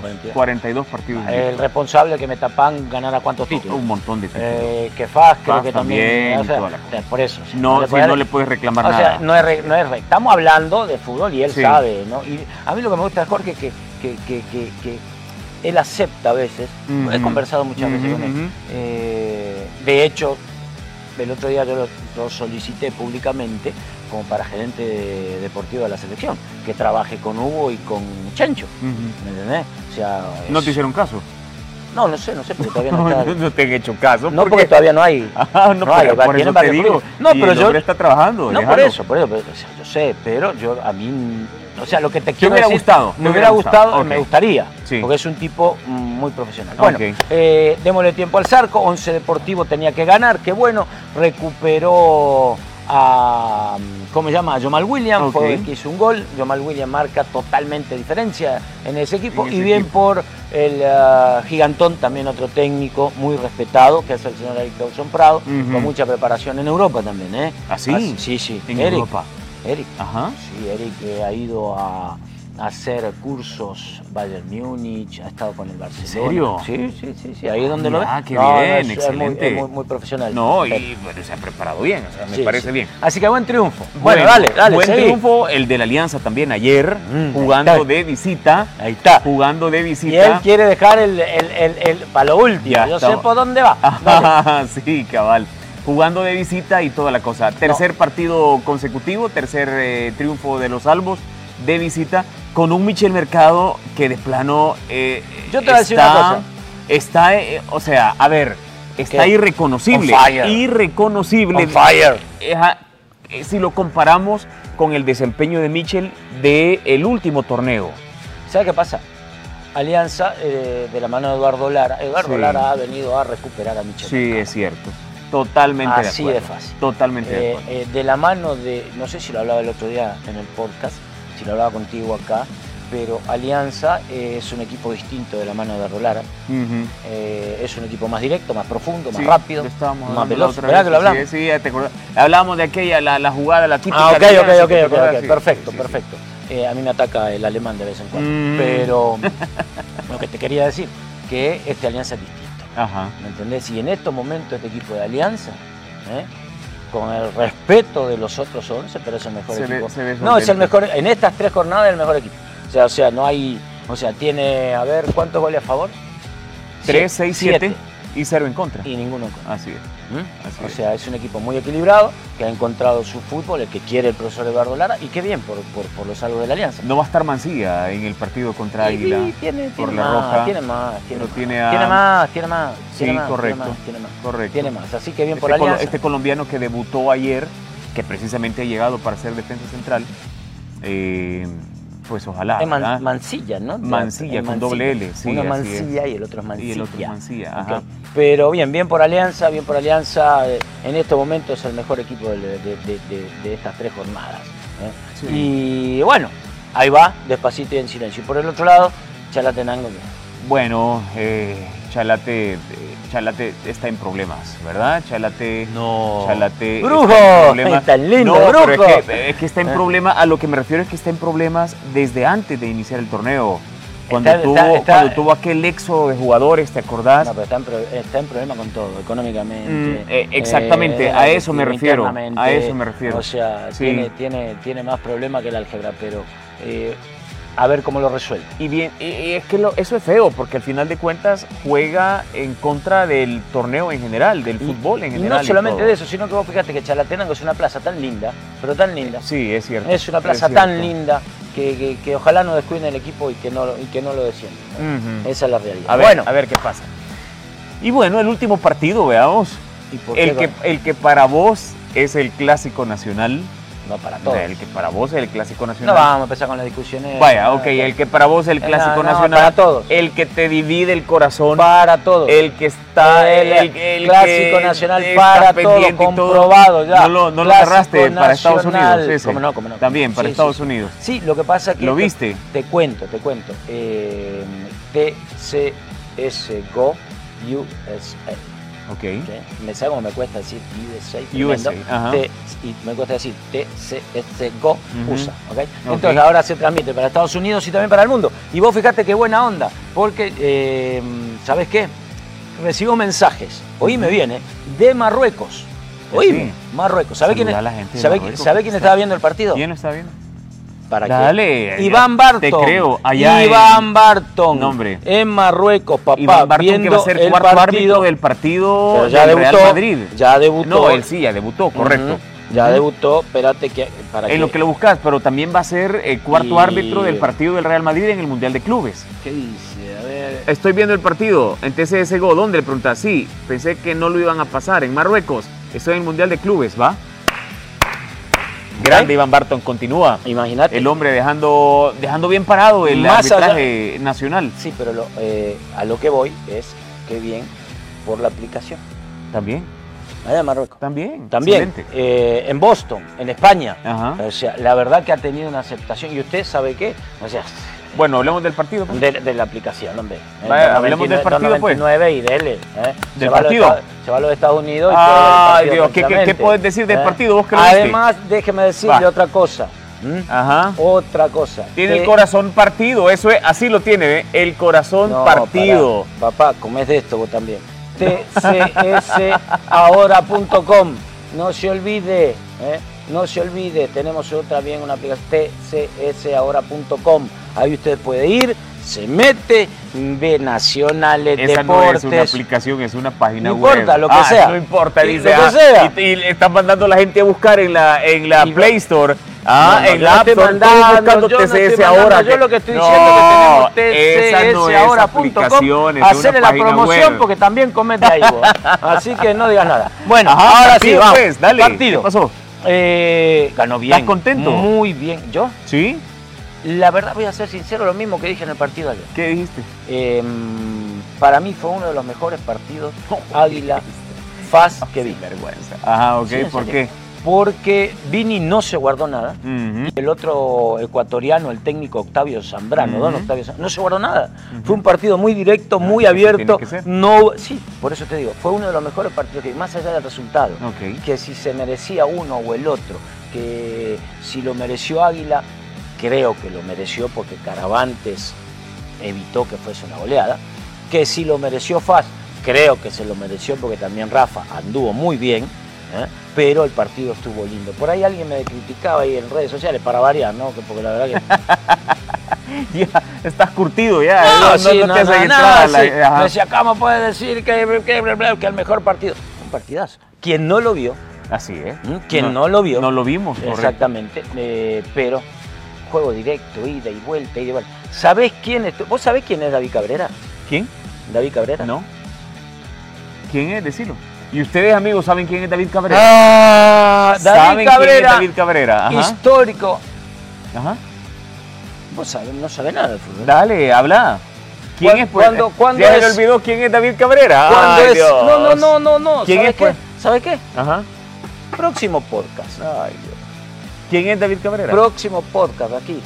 B: 42.
A: 42 partidos
B: El
A: invictos.
B: responsable que Metapan ganara cuántos títulos.
A: Un montón de títulos.
B: Eh, que Faz creo
A: Faz
B: que también.
A: también,
B: o sea,
A: toda la cosa.
B: o sea, por eso. o sea,
A: no, si
B: puede-
A: no le puedes reclamar
B: o
A: nada.
B: sea, no es, re- no es re- Estamos hablando de fútbol y él
A: Sí.
B: sabe, ¿no? Y a mí lo que me gusta de Jorge es que, que, que, que, que él acepta a veces.
A: Ujú.
B: He conversado muchas veces
A: Ujú,
B: con él.
A: ujú.
B: Eh, de hecho, el otro día yo lo, lo solicité públicamente como para gerente de- deportivo de la selección, que trabaje con Hugo y con Chancho.
A: Ujú.
B: ¿Me entendés? O sea,
A: No
B: es-
A: te hicieron caso.
B: No, no sé, no sé, porque todavía no
A: *laughs* No,
B: está.
A: no te han hecho caso.
B: No, porque todavía no hay.
A: *laughs* Ah, no,
B: No,
A: por-
B: ahí va-
A: por
B: tienen
A: eso te
B: varios
A: digo.
B: problemas. No,
A: Y
B: pero
A: el
B: yo-
A: hombre está trabajando.
B: No, por
A: déjalo.
B: eso, por eso, pero, o sea, yo sé, pero yo a mí, o sea, lo que te
A: Te
B: quiero
A: hubiera
B: decir,
A: gustado, te
B: me hubiera gustado,
A: ok.
B: me gustaría,
A: Sí.
B: porque es un tipo mm, muy profesional.
A: Ok.
B: Bueno, eh, démosle tiempo al Zarco, Once Deportivo tenía que ganar, qué bueno, recuperó a, mm, ¿cómo se llama? A Jamal Williams, fue
A: Ok.
B: el que hizo un gol. Jamal Williams marca totalmente diferencia en ese equipo.
A: En ese
B: y bien
A: equipo.
B: por el ah, Gigantón, también otro técnico muy respetado, que es el señor Eric Dawson Prado,
A: Ujú.
B: con mucha preparación en Europa también, ¿eh?
A: ¿Ah, sí?
B: sí, sí.
A: En
B: Eric,
A: Europa.
B: Eric.
A: Ajá.
B: Sí, Eric eh, ha ido a a hacer cursos Bayern Múnich, ha estado con el Barcelona.
A: serio?
B: Sí, sí, sí, sí, ahí es donde lo ves.
A: Ah, qué
B: No, no,
A: bien,
B: es- es muy-
A: excelente.
B: Es muy, muy profesional.
A: No,
B: Eric.
A: y bueno, se ha preparado bien, o sea, me
B: Sí,
A: parece
B: sí.
A: bien.
B: Así que buen triunfo. Bueno, dale, dale.
A: Buen
B: seguí.
A: triunfo el de la Alianza también ayer,
B: Mm,
A: jugando
B: está.
A: de visita,
B: Ahí está.
A: jugando de
B: Y él
A: visita.
B: quiere dejar el, el, el, para lo último.
A: Ya
B: Yo sé
A: estamos.
B: por dónde va. Dale.
A: Ah, *laughs* sí, cabal. Jugando de visita y toda la cosa. Tercer partido consecutivo, tercer eh, triunfo de los Albos de visita con un Michel Mercado que de plano eh,
B: Yo te voy a decir una cosa.
A: Está, eh, o sea, a ver, está
B: ¿Qué?
A: irreconocible,
B: On fire.
A: irreconocible.
B: On fire.
A: Ajá, eh, si lo comparamos con el desempeño de Michel de el último torneo.
B: ¿Sabes qué pasa? Alianza eh, de la mano de Eduardo Lara. Eduardo
A: Sí.
B: Lara ha venido a recuperar a Michel.
A: Sí, es cierto. Totalmente de
B: Así
A: acuerdo.
B: de fácil.
A: Totalmente de
B: Eh,
A: acuerdo.
B: eh, de la mano de, no sé si lo hablaba el otro día en el podcast, si lo hablaba contigo acá, pero Alianza eh, es un equipo distinto de la mano de Eduardo Lara.
A: Ujú.
B: Eh, es un equipo más directo, más profundo, más
A: Sí,
B: rápido, Este
A: lo estábamos
B: más
A: hablando la
B: veloz.
A: otra
B: ¿Verdad
A: vez,
B: que lo hablamos?
A: Sí, sí, ya te acordás. Hablábamos de aquella, la, la jugada, la típica.
B: Ah, ok,
A: de-
B: ok,
A: sí,
B: ok,
A: te
B: ok,
A: acordás,
B: ok,
A: sí,
B: perfecto,
A: sí, sí.
B: perfecto. Eh, a mí me ataca el alemán de vez en cuando,
A: Mm.
B: pero *laughs* lo que te quería decir, que este Alianza es distinto,
A: Ajá.
B: ¿me entendés? Y en estos momentos este equipo de Alianza, ¿eh? con el respeto de los otros 11, pero es el mejor
A: Se ve-
B: equipo.
A: se ve
B: no, es el
A: solvente.
B: mejor, en estas tres jornadas es el mejor equipo. O sea, o sea, no hay, o sea, tiene, a ver, ¿cuántos goles a favor?
A: 3, 6, 7 y 0 en contra.
B: Y ninguno en contra.
A: Así es.
B: ¿Mm?
A: Así
B: O
A: es.
B: sea, es un equipo muy equilibrado, que ha encontrado su fútbol, el que quiere el profesor Eduardo Lara, y qué bien por, por, por los salvos de la Alianza.
A: No va a estar Mancilla en el partido contra
B: Y- y
A: Águila.
B: tiene,
A: por
B: tiene
A: la
B: más,
A: roja,
B: tiene más, tiene
A: pero
B: más,
A: tiene a-
B: tiene más, tiene más, tiene
A: Sí,
B: más,
A: correcto,
B: tiene más, tiene más,
A: correcto.
B: tiene más. así que bien
A: Este,
B: por
A: colo-
B: Alianza.
A: este colombiano que debutó ayer, que precisamente ha llegado para ser defensa central, eh, pues ojalá.
B: es Man-
A: ¿verdad?
B: Mancilla, ¿no? De-
A: Mancilla,
B: es
A: con doble L, sí,
B: Uno es
A: así es.
B: Mancilla y el otro es Mancilla.
A: y el otro es Mancilla.
B: Ok.
A: Ajá.
B: Pero bien, bien por Alianza, bien por Alianza. eh, En estos momentos es el mejor equipo del- de, de- de- de estas tres jornadas. ¿eh?
A: Sí.
B: Y bueno, ahí va, despacito y en silencio. Y por el otro lado, Chalatenango. que-
A: Bueno, eh, Chalate, eh, Chalate está en problemas, ¿verdad? Chalate.
B: No.
A: Chalate.
B: Brujo,
A: está en problemas.
B: tan lindo,
A: No, pero
B: brujo.
A: es, que, es que está en
B: Eh.
A: problemas. A lo que me refiero es que está en problemas desde antes de iniciar el torneo. Cuando,
B: Está-
A: tuvo,
B: está- está-
A: cuando tuvo aquel éxodo de jugadores, ¿te acordás?
B: No, pero está en, pro- está en problema con todo, económicamente.
A: Mm, eh, exactamente, a eso me refiero,
B: internamente,
A: a eso me refiero.
B: O sea,
A: Sí.
B: tiene, tiene, tiene más problema que el álgebra, pero eh, a ver cómo lo resuelve.
A: Y bien, y- y es que lo- eso es feo, porque al final de cuentas juega en contra del torneo en general, del
B: Y-
A: fútbol en
B: y
A: general.
B: no solamente
A: todo.
B: de eso, sino que vos fíjate que Chalatenango es una plaza tan linda, pero tan linda.
A: Sí, es cierto.
B: Es una plaza
A: cierto.
B: tan linda que, que- que ojalá no descuiden el equipo y que no, y que no lo desciendan.
A: Ujú.
B: Esa es la realidad.
A: Mm. A ver,
B: bueno,
A: a ver qué pasa. Y bueno, el último partido, veamos.
B: ¿y por
A: El
B: qué
A: que, el que para vos es el clásico nacional.
B: no para
A: O
B: todos?
A: sea, el que para vos es el clásico
B: No
A: nacional.
B: vamos a empezar con las discusiones.
A: Vaya, ok, el que para vos es el
B: No,
A: clásico
B: no,
A: nacional. Eh,
B: para todos.
A: El que te divide el corazón.
B: Para todos.
A: Ah, El que está
B: Eh, El clásico
A: que
B: nacional
A: está
B: para todo,
A: pendiente y todo.
B: comprobado ya.
A: No lo, no lo
B: Clásico
A: agarraste para Estados
B: nacional.
A: Unidos. ese.
B: Cómo no, cómo no.
A: También para
B: Sí,
A: Estados
B: sí.
A: Unidos.
B: Sí, lo que pasa que...
A: ¿Lo
B: te-
A: viste?
B: Te cuento, te cuento. Eh, TCSGO USA.
A: Ok.
B: ¿ok? Me sabe cómo me cuesta decir USA.
A: USA,
B: tremendo.
A: ajá.
B: T- y me cuesta decir E, TCSGO
A: Ujú.
B: USA. ¿ok? Entonces ahora se transmite para Estados Unidos y también para el mundo. Y vos fijate qué buena onda, porque, eh, ¿sabes qué? Recibo mensajes, oíme bien, ¿eh? de Marruecos. Oíme, Marruecos. ¿Sabés quién,
A: Saluda a la gente de
B: ¿sabe,
A: Marruecos.
B: sabe quién estaba viendo el partido?
A: ¿Quién lo está viendo?
B: ¿Para qué?
A: Dale.
B: Iván
A: ya,
B: Barton.
A: Te creo. Allá en-
B: Iván Barton.
A: Nombre.
B: En Marruecos, papá.
A: Iván Barton
B: viendo
A: que va a ser
B: el
A: cuarto árbitro
B: partido.
A: del partido
B: Pero ya
A: del
B: debutó.
A: Real Madrid.
B: Ya debutó.
A: No, él sí, ya debutó, correcto.
B: Ujú. Ya debutó. Espérate que. Para
A: En lo que lo buscas, pero también va a ser el cuarto
B: Y-
A: árbitro del partido del Real Madrid en el Mundial de Clubes.
B: ¿Qué dice? A ver.
A: Estoy viendo el partido en TCSGO. ¿Dónde? Le preguntas. Sí, pensé que no lo iban a pasar. En Marruecos. Estoy en el Mundial de Clubes, ¿va? Grande Iván Barton, continúa.
B: Imagínate.
A: El hombre dejando, dejando bien parado el
B: Más allá-
A: arbitraje nacional.
B: Sí, pero lo, eh, a lo que voy es que bien por la aplicación.
A: También.
B: Allá en Marruecos.
A: También.
B: También
A: excelente.
B: eh, en Boston, en España.
A: Ajá.
B: O sea, la verdad que ha tenido una aceptación. ¿Y usted sabe qué? O sea,
A: Bueno, hablemos del partido. pues.
B: de, de la aplicación, hombre.
A: Vaya, hablemos del partido, pues.
B: 99 y dele. ¿eh?
A: ¿Del
B: va a los
A: partido?
B: Estados- se va a los Estados Unidos y
A: Ay,
B: puede ver el partido
A: Dios, ¿qué- qué- qué
B: tranquilamente, ¿eh?
A: puedes decir del partido? ¿Vos que lo viste?
B: Además, déjeme decirle
A: Va.
B: otra cosa. ¿m?
A: Ajá.
B: Otra cosa.
A: Tiene
B: Que-
A: el corazón partido, eso es, así lo tiene, ¿eh? el corazón
B: No,
A: partido.
B: pará. papá, comés de esto vos también. tcsahora.com. No se olvide, ¿eh? no se olvide, tenemos otra bien una aplicación tcsahora.com. Ahí usted puede ir, se mete, ve nacionales,
A: Esa
B: deportes.
A: no es una aplicación, es una página
B: No
A: web.
B: importa, lo que
A: Ah,
B: sea.
A: No importa,
B: Sí,
A: dice.
B: lo que
A: ah,
B: sea.
A: Y, y le están mandando a la gente a buscar en la, en la
B: Y-
A: Play Store. Ah,
B: No, no,
A: en
B: yo
A: la App
B: estoy
A: Store, todos
B: mandando,
A: buscando
B: yo no estoy
A: TCS
B: mandando,
A: ahora.
B: yo lo que estoy
A: No,
B: diciendo es que
A: esa
B: tenemos
A: no es aplicación,
B: tcsahora.com.
A: es una
B: Hacerle la
A: página
B: promoción
A: web.
B: porque también comete ahí vos. Así que no digas nada. Bueno,
A: Ajá,
B: ahora sí,
A: partido,
B: vamos.
A: pues, dale.
B: Partido.
A: ¿Qué pasó?
B: Eh, ganó bien.
A: ¿Estás contento?
B: Muy bien. Yo,
A: ¿Sí?
B: la verdad, voy a ser sincero, lo mismo que dije en el partido ayer.
A: ¿Qué
B: *laughs*
A: dijiste?
B: Eh, para mí fue uno de los mejores partidos Águila Faz
A: Ah,
B: que vi.
A: vergüenza. Ajá, ok,
B: Ah, Sí, en
A: ¿por
B: serio.
A: qué?
B: Porque Vini no se guardó nada.
A: Ujú.
B: El otro ecuatoriano, el técnico Octavio Zambrano, don
A: Ujú. Ah,
B: Octavio Zambrano, no se guardó nada. Fue un partido muy directo, muy
A: eso
B: abierto.
A: tiene que ser.
B: No, sí, por eso te digo, fue uno de los mejores partidos que vi, más allá del resultado.
A: Ok.
B: Que si se merecía uno o el otro, que si lo mereció Águila, creo que lo mereció porque Caravantes evitó que fuese una goleada. Que si lo mereció Faz, creo que se lo mereció porque también Rafa anduvo muy bien. ¿eh? Pero el partido estuvo lindo. Por ahí alguien me criticaba ahí en redes sociales para variar, ¿no? Que Porque la verdad que
A: *laughs* Ya, estás curtido ya. *laughs*
B: no,
A: No, no,
B: sí,
A: no
B: no,
A: te
B: no,
A: hacen entrar
B: nada,
A: a la.
B: sí.
A: ajá.
B: Me decía, ¿cómo puedes decir que, que, bla, bla, que el mejor partido? Un partidazo. Quien no lo vio,
A: Así es.
B: ¿Mm? quien no lo vio.
A: No lo vimos, correcto.
B: exactamente, eh, pero juego directo, ida y vuelta, ida y vuelta. ¿Sabés quién es? ¿Vos sabés quién es David Cabrera?
A: ¿Quién?
B: David Cabrera.
A: No. ¿Quién es? Decilo. ¿Y ustedes, amigos, saben quién es David Cabrera?
B: Ah,
A: ¿Saben
B: David
A: quién es
B: Cabrera,
A: David Cabrera. Ajá.
B: histórico.
A: Ajá.
B: Vos sabés, no sabés nada de fútbol.
A: Dale, habla. ¿Quién
B: ¿Cuán-
A: es? pues?
B: cuándo- cuándo
A: ya se le
B: es?
A: olvidó quién es David Cabrera.
B: ¿Cuándo
A: Ay,
B: es?
A: Dios.
B: No, no, no, no, no.
A: ¿Quién
B: ¿Sabés
A: es, pues?
B: qué? ¿Sabés qué?
A: Ajá.
B: Próximo podcast.
A: Ay, Dios. ¿Quién es David Cabrera?
B: Próximo podcast aquí.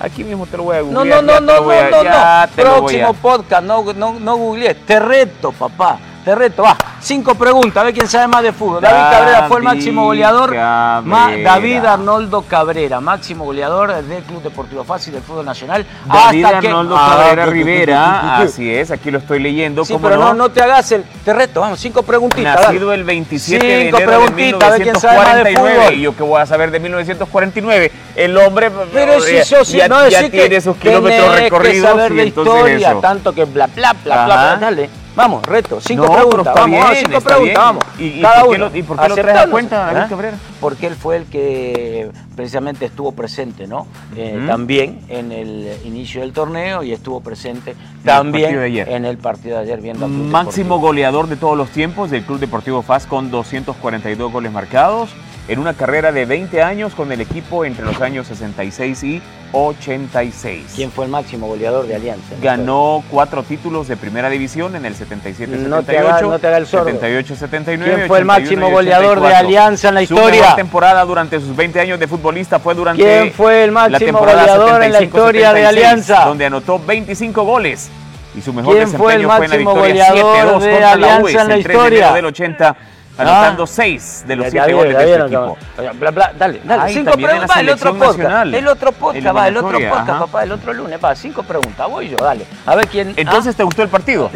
A: Aquí mismo te lo voy a
B: No,
A: googlear.
B: no, no,
A: ya te
B: no,
A: lo voy a-
B: no, no,
A: ya
B: no.
A: te lo voy a-
B: Próximo podcast, no, no, no googlees. Te reto, papá. Te reto. Va, cinco preguntas, a ver quién sabe más de fútbol. David, Cabrera fue el máximo
A: David
B: goleador.
A: Cabrera.
B: Ma- David Arnoldo Cabrera, máximo goleador del Club Deportivo Fácil del Fútbol Nacional.
A: David
B: hasta que-
A: Arnoldo
B: Ah,
A: Cabrera
B: tu, tu, tu, tu, tu, tu. *laughs*
A: Rivera. Así es, aquí lo estoy leyendo.
B: Sí,
A: ¿cómo
B: pero no, no te hagas el. Te reto, vamos, cinco preguntitas.
A: Nacido
B: dale.
A: el 27 de
B: Cinco
A: enero de
B: preguntitas, a ver quién sabe más de
A: 1949.
B: fútbol.
A: Y yo que voy a saber de 1949. El hombre eh,
B: Pero si
A: ya,
B: sos
A: ya,
B: no
A: ya
B: decís que
A: tiene esos kilómetros
B: tenés que
A: recorridos
B: saber
A: y
B: de
A: entonces
B: historia,
A: eso.
B: tanto que bla bla bla bla,
A: Ajá.
B: bla. Dale. Vamos, reto, cinco
A: No, pero
B: preguntas,
A: está
B: vamos, vamos,
A: bien,
B: cinco
A: está
B: preguntas,
A: bien.
B: vamos.
A: ¿Y- y
B: cada
A: por qué
B: uno. ¿Ah?
A: lo- y por qué lo traes a
B: Aceptando,
A: cuenta, David
B: ¿verdad?
A: Cabrera?
B: Porque él fue el que precisamente estuvo presente, ¿no? Eh,
A: Ujú.
B: También en el inicio del torneo y estuvo presente
A: partido
B: también
A: de ayer.
B: en el partido de ayer viendo al Club
A: Máximo
B: Deportivo.
A: goleador de todos los tiempos del Club Deportivo FAS con 242 goles marcados en una carrera de 20 años con el equipo entre los años 66 y 86.
B: ¿Quién fue el máximo goleador de Alianza?
A: Ganó cuatro títulos de primera división en el 77-78,
B: No te haga- no te haga el sordo.
A: 78-79.
B: ¿Quién fue el
A: 81 y
B: máximo goleador de
A: 84?
B: Alianza en la
A: Su mejor
B: historia?
A: temporada durante sus 20 años de futbolista fue durante
B: ¿Quién fue el
A: la
B: máximo
A: temporada
B: goleador en la
A: 75-76,
B: historia de Alianza?
A: Donde anotó 25 goles. Y su mejor
B: ¿Quién fue el
A: desempeño fue en la
B: máximo
A: victoria 7-2
B: goleador de
A: contra la
B: Alianza
A: UES
B: en la
A: el 3 de enero
B: historia?
A: del 80,
B: Ah.
A: anotando 6 de los
B: Ya-
A: 7
B: ya
A: goles de
B: vieron,
A: este
B: ya vieron,
A: equipo.
B: cabrón. Bla, bla, dale, dale.
A: Ah, y
B: cinco
A: también en la
B: preguntas, el otro
A: selección
B: podcast.
A: nacional.
B: El otro podcast, va, el otro
A: Eliminatoria,
B: podcast,
A: ajá.
B: papá, el otro lunes, va. Cinco preguntas, voy yo, dale. A ver quién.
A: Entonces, ¿te gustó el
B: *laughs*
A: partido?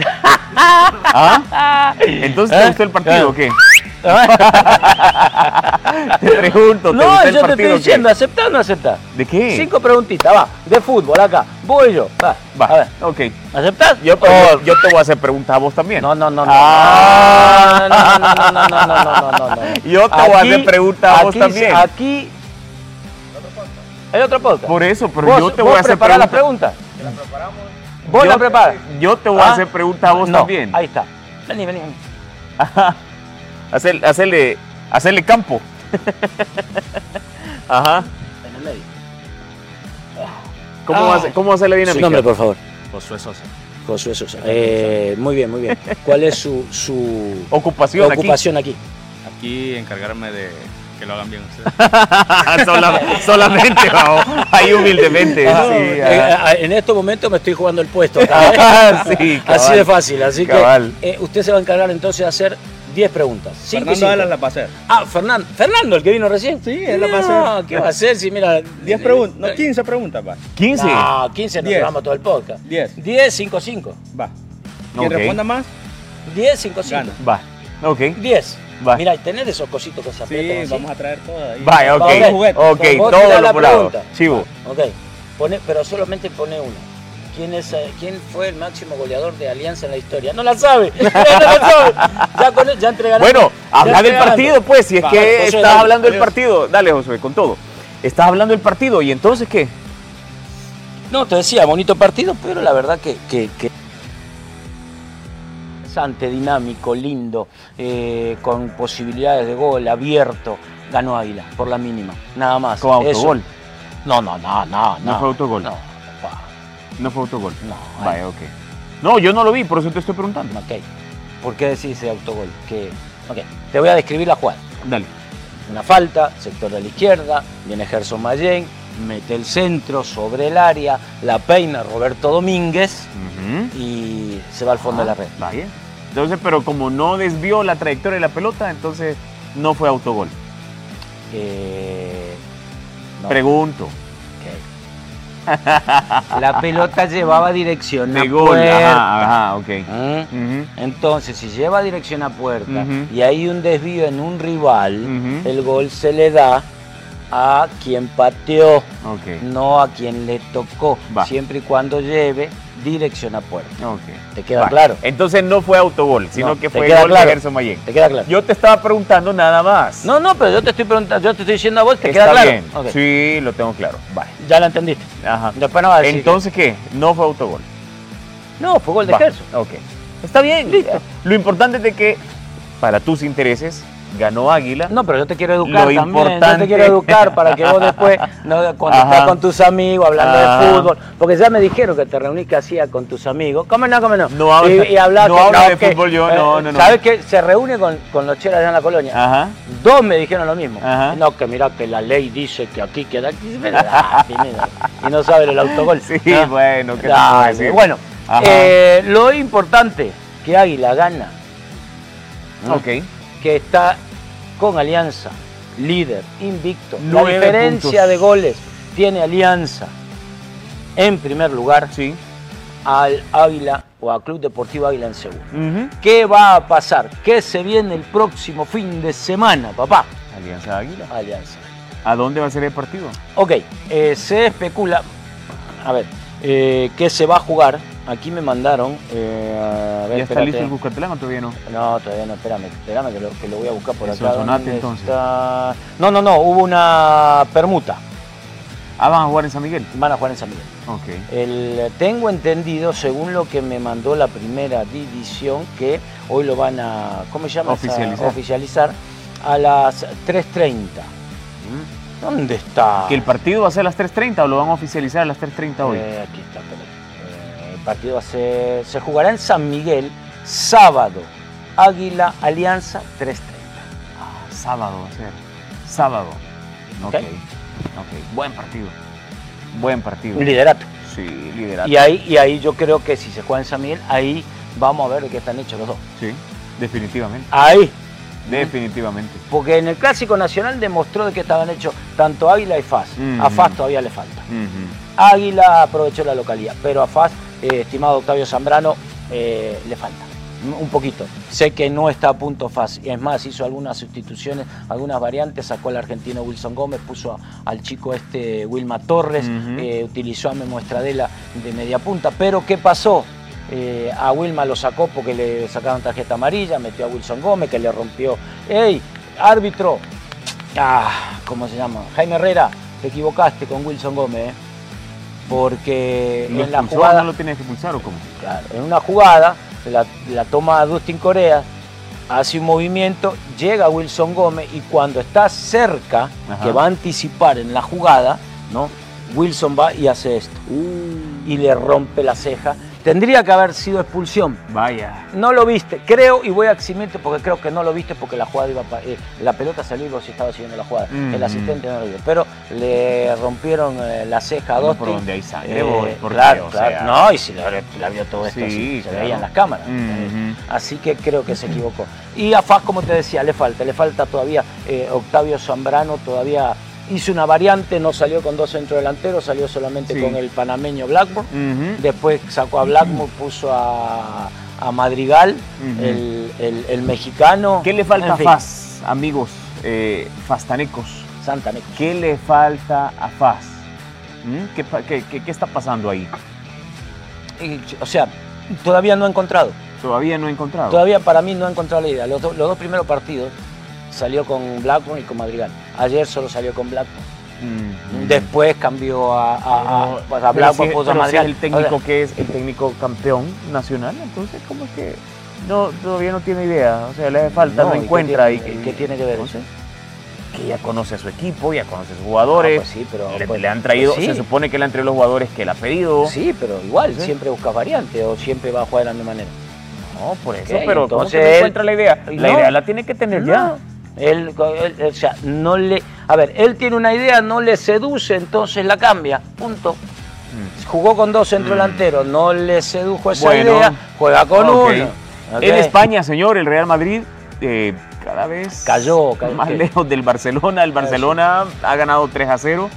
A: ¿Ah?
B: ah, ah.
A: Entonces, ¿te
B: ¿Eh?
A: gustó el partido o qué?
B: *laughs*
A: Te pregunto, ¿te
B: ah. No,
A: gustó el
B: yo te
A: partido
B: estoy
A: o qué?
B: diciendo, ¿aceptar o no aceptar?
A: ¿De qué?
B: Cinco preguntitas, va. De fútbol, acá. Voy yo, va.
A: Va,
B: A ver,
A: ok.
B: ¿aceptás?
A: Yo,
B: Oh,
A: yo- yo te voy a hacer preguntas a vos también.
B: No, no, no, no.
A: Ah.
B: No, no, no, no, no, no, no, no, no, no.
A: Yo te voy a hacer preguntas a vos
B: aquí-
A: también.
B: Aquí. Hay otro podcast.
A: Por eso, pero
B: ¿Vos-
A: yo te
B: vos
A: voy a hacer
B: preparás
A: preguntas.
B: las preguntas. Vos
A: Yo-
B: la preparas.
A: Yo te voy
B: Ah.
A: a hacer preguntas a vos
B: No,
A: también.
B: Ahí está. Vení, vení, vení.
A: Ajá. Hacer- hacerle, hacerle
B: *laughs*
A: campo. Ajá.
B: En el medio.
A: ¿Cómo,
B: Ah.
A: va a ser- ¿Cómo va a ser la
B: Su
A: dinámica?
B: nombre, por favor.
C: Josué Sosa.
B: Josué Sosa. Eh, muy bien, muy bien. ¿Cuál es su, su
A: Ocupación, aquí. *laughs*
B: ocupación aquí?
D: aquí encargarme de que lo hagan bien ustedes.
A: Ah, Sola- solamente, vamos. Ahí humildemente.
B: Ah,
A: sí,
B: eh, *laughs*
A: ah.
B: eh, en estos momentos me estoy jugando el puesto. ¿sabes?
A: Ah, sí, cabal.
B: así de fácil, así
A: Cabal.
B: que eh, usted se va a encargar entonces de hacer 10 preguntas. Cinco y
E: Fernando
B: cinco.
E: Alas la pasé.
B: Ah, Fernando, Fernando, el que vino recién.
E: Sí, él la
B: No,
E: pasó.
B: ¿Qué va a hacer si mira eh,
E: 10 preguntas, no 15 preguntas, va.
A: 15.
B: No, 15 nos
E: Diez.
B: llevamos todo el podcast.
E: 10,
B: 10, 5, 5.
E: va. Quien
A: Ok.
E: responda más,
B: 10, 5, 5.
E: Gana.
A: Va. Ok.
B: 10.
A: Va.
B: Mira, tenés de esos cositos que se aprietan
E: sí,
B: así.
E: vamos a traer todas ahí.
A: Vaya, ok.
B: Vamos,
E: juguete.
A: Ok,
B: Vos
A: todo
B: tirá
A: lo
B: la
A: por lado.
B: pregunta.
A: Chivo.
B: Ok, pone, pero solamente pone uno. ¿Quién, es, eh, ¿Quién fue el máximo goleador de Alianza en la historia? ¡No la sabe! ¡No, la sabe! Ya, con, ya entregarán.
A: Bueno,
B: ya
A: habla del
B: entregarán.
A: partido, pues, si es
B: Va,
A: que
B: Josué,
A: estás
B: dale,
A: hablando del
B: adiós.
A: partido. Dale, Josué, con todo. Estás hablando del partido, ¿y entonces qué?
B: No, te decía, bonito partido, pero la verdad que... que, que- interesante, dinámico, lindo, eh, con posibilidades de gol, abierto. Ganó Águila, por la mínima, nada más.
A: Con autogol.
B: Eso. No, no, no, no, no.
A: No fue autogol.
B: No, pa,
A: No fue autogol.
B: no.
A: Vaya, ok. No, yo no lo vi, por eso te estoy preguntando.
B: Ok. ¿Por qué decís de autogol? Que, ok, Te voy a describir la jugada.
A: Dale.
B: Una falta, sector de la izquierda, viene Gerson Mayen, mete el centro sobre el área, la peina Roberto Domínguez
A: Ujú. Ah,
B: y se va al fondo de la red.
A: Vaya. Entonces, pero como no desvió la trayectoria de la pelota, entonces no fue autogol.
B: Eh, no,
A: Pregunto.
B: ok. La
A: *laughs*
B: pelota llevaba dirección a
A: De gol.
B: puerta.
A: Ajá, ajá, ok.
B: ¿Mm?
A: Ujú.
B: Entonces, si lleva dirección a puerta
A: Ujú.
B: y hay un desvío en un rival,
A: Ujú.
B: el gol se le da a quien pateó.
A: Ok.
B: no a quien le tocó,
A: Va.
B: siempre y cuando lleve dirección a puerta.
A: Ok.
B: ¿Te queda
A: Va.
B: claro?
A: Entonces no fue autogol, sino
B: No,
A: que
B: te
A: fue
B: queda
A: gol
B: claro.
A: de Gerson Mayen.
B: ¿Te queda claro?
A: Yo te estaba preguntando nada más.
B: No, no, pero yo te estoy preguntando, yo te estoy diciendo a vos, ¿te
A: Está
B: queda claro?
A: bien.
B: Ok,
A: Sí, lo tengo claro. Vale.
B: Ya la entendiste.
A: Ajá.
B: Después no vas a decir.
A: Entonces, ¿qué? No fue autogol.
B: que- No, fue gol de
A: Va.
B: Gerson.
A: Ok. Está bien. Eh, Lo importante es de que, para tus intereses, ganó Águila.
B: No, pero yo te quiero educar
A: Lo
B: también. Yo
A: importante-
B: te quiero educar para que
A: *laughs*
B: vos después, no, cuando
A: Ajá.
B: estás con tus amigos hablando
A: Ajá.
B: de fútbol, porque ya me dijeron que te reunís que hacía con tus amigos. ¿Cómo no, cómo no?
A: No hablo-
B: y, y hablás
A: no
B: que-
A: hablo de
B: que-
A: fútbol yo, no, no, no.
B: ¿Sabes qué? Se reúne con, con los cheras allá en la colonia.
A: Ajá. *laughs*
B: Dos me dijeron lo mismo.
A: Ajá.
B: No, que mira que la ley dice que aquí queda aquí. pero, ah, Pineda, y no saben el autogol.
A: Sí,
B: Ah,
A: bueno, ¿qué te
B: dale,
A: puedo decir?
B: Bueno,
A: Ajá.
B: eh, lo importante que Águila gana,
A: Ok.
B: que está con Alianza, líder, invicto. La
A: Nueve
B: diferencia
A: puntos.
B: de goles tiene Alianza en primer lugar
A: Sí.
B: al Águila o a Club Deportivo Águila en segundo.
A: Ujú.
B: ¿Qué va a pasar? ¿Qué se viene el próximo fin de semana, papá?
A: Alianza Águila.
B: Alianza.
A: ¿A dónde va a ser el partido?
B: Ok, eh, se especula, a ver, eh, ¿qué se va a jugar? Aquí me mandaron, eh, a ver,
A: ¿Ya está listo el
B: espérate.
A: Cuscatlán o todavía no?
B: No, todavía no, espérame, espérame que lo, que lo voy a buscar por
A: En
B: acá.
A: Sonsonate,
B: ¿dónde
A: entonces.
B: está? No, no, no, hubo una permuta,
A: Ah, van a jugar en San Miguel.
B: van a jugar en San Miguel.
A: Ok.
B: El, tengo entendido, según lo que me mandó la primera división, que hoy lo van a, ¿cómo se llama? esa-
A: Oficializar.
B: oficializar a las 3.30.
A: Mm.
B: ¿Dónde está?
A: ¿Que el partido va a ser a las 3.30 o lo van a oficializar a las 3.30 hoy?
B: Eh, aquí está, espera. Eh, el partido va a ser- se jugará en San Miguel, sábado, Águila Alianza 3.30.
A: Ah, sábado va a ser. Sábado. Ok.
B: Ok.
A: Ok. Buen partido. Buen partido.
B: Un liderato.
A: Sí, liderato.
B: Y ahí, y ahí yo creo que si se juega en San Miguel, ahí vamos a ver de qué están hechos los dos.
A: Sí, definitivamente.
B: Ahí.
A: Definitivamente.
B: Porque en el Clásico Nacional demostró de qué estaban hechos tanto Águila y FAS.
A: Ujú.
B: A FAS todavía le falta.
A: Ujú.
B: Águila aprovechó la localidad, pero a FAS, eh, estimado Octavio Zambrano, eh, le falta. un- Un poquito. Sé que no está a punto FAS. Es más, hizo algunas sustituciones, algunas variantes, sacó al argentino Wilson Gómez, puso a- al chico este Wilma Torres,
A: Ujú.
B: eh, utilizó a Memo Estradela de media punta. Pero ¿qué pasó? Eh, a Wilma lo sacó porque le sacaron tarjeta amarilla, metió a Wilson Gómez que le rompió. ¡Ey! Árbitro, Ah, ¿cómo se llama? Jaime Herrera, te equivocaste con Wilson Gómez, ¿eh? porque
A: ¿Lo
B: en la
A: expulsó o
B: jugada,
A: no lo tienes que expulsar o cómo?
B: claro, en una jugada la, la toma Dustin Corea, hace un movimiento, llega Wilson Gómez y cuando está cerca,
A: Ajá.
B: que va a anticipar en la jugada, ¿no? Wilson va y hace esto y le rompe la ceja Tendría que haber sido expulsión.
A: Vaya.
B: No lo viste, creo, y voy a eximirte porque creo que no lo viste porque la jugada iba pa- eh, la pelota salió y vos estabas siguiendo la jugada.
A: Mm.
B: El asistente no lo vio. Pero le rompieron eh, la ceja a
A: No,
B: Dosti. Eh,
A: por donde hay sangre, vos, porque,
B: claro,
A: o
B: claro.
A: sea-
B: No, y si la, la vio todo esto,
A: Sí,
B: así, se
A: claro. Mm-hmm.
B: veían las cámaras.
A: Ujú.
B: Así que creo que se equivocó. Y a Faz, como te decía, le falta, le falta todavía. eh, Octavio Zambrano todavía hizo una variante, no salió con dos centrodelanteros, salió solamente
A: Sí.
B: con el panameño Blackburn.
A: Ujú.
B: Después sacó a Blackmore, puso a, a Madrigal,
A: Ujú.
B: el, el- el mexicano.
A: ¿Qué le falta
B: En
A: a
B: fin,
A: Faz, amigos eh, fastanecos?
B: Santa Nicolás.
A: ¿Qué le falta a Faz? ¿Mm? ¿Qué, pa- qué- qué- qué está pasando ahí?
B: Y, O sea, todavía no ha encontrado.
A: Todavía no he encontrado.
B: Todavía para mí no ha encontrado la idea. Los, do- los dos primeros partidos salió con Blackburn y con Madrigal. Ayer solo salió con Blackburn.
A: Ujú.
B: Después cambió a, a, a- ah, pues a
A: Mm. Pero si
B: Blackburn,
A: es-
B: puso
A: pero
B: a
A: si
B: Madrigal.
A: es el técnico
B: O sea,
A: que es el técnico campeón nacional, entonces como es que no, todavía no tiene idea, o sea, le hace falta, no,
B: ¿y qué
A: encuentra.
B: tiene-
A: y,
B: ¿Qué tiene que ver eso?
A: entonces, que ya conoce a su equipo, ya conoce a sus
B: Ah,
A: jugadores,
B: pues sí, pero,
A: le,
B: pues,
A: le han traído,
B: pues sí.
A: se supone que le han traído los jugadores que él ha pedido.
B: Sí, pero igual,
A: Sí.
B: siempre buscas variante o siempre va a jugar de la misma manera.
A: No, por eso,
B: Ok,
A: pero ¿cómo
B: entonces
A: se
B: él-
A: encuentra la idea?
B: y
A: La
B: no.
A: idea la tiene que tener ya.
B: Él, él- él, o sea, no le. A ver, él tiene una idea, no le seduce, entonces la cambia. Punto. Jugó con dos centrodelanteros, no le sedujo esa
A: Mm. Bueno.
B: idea, juega con
A: Ok.
B: uno. Ok.
A: En España, señor, el Real Madrid eh, cada vez
B: Cayó, cayó.
A: más lejos del Barcelona. El Barcelona ha ganado 3 a 0.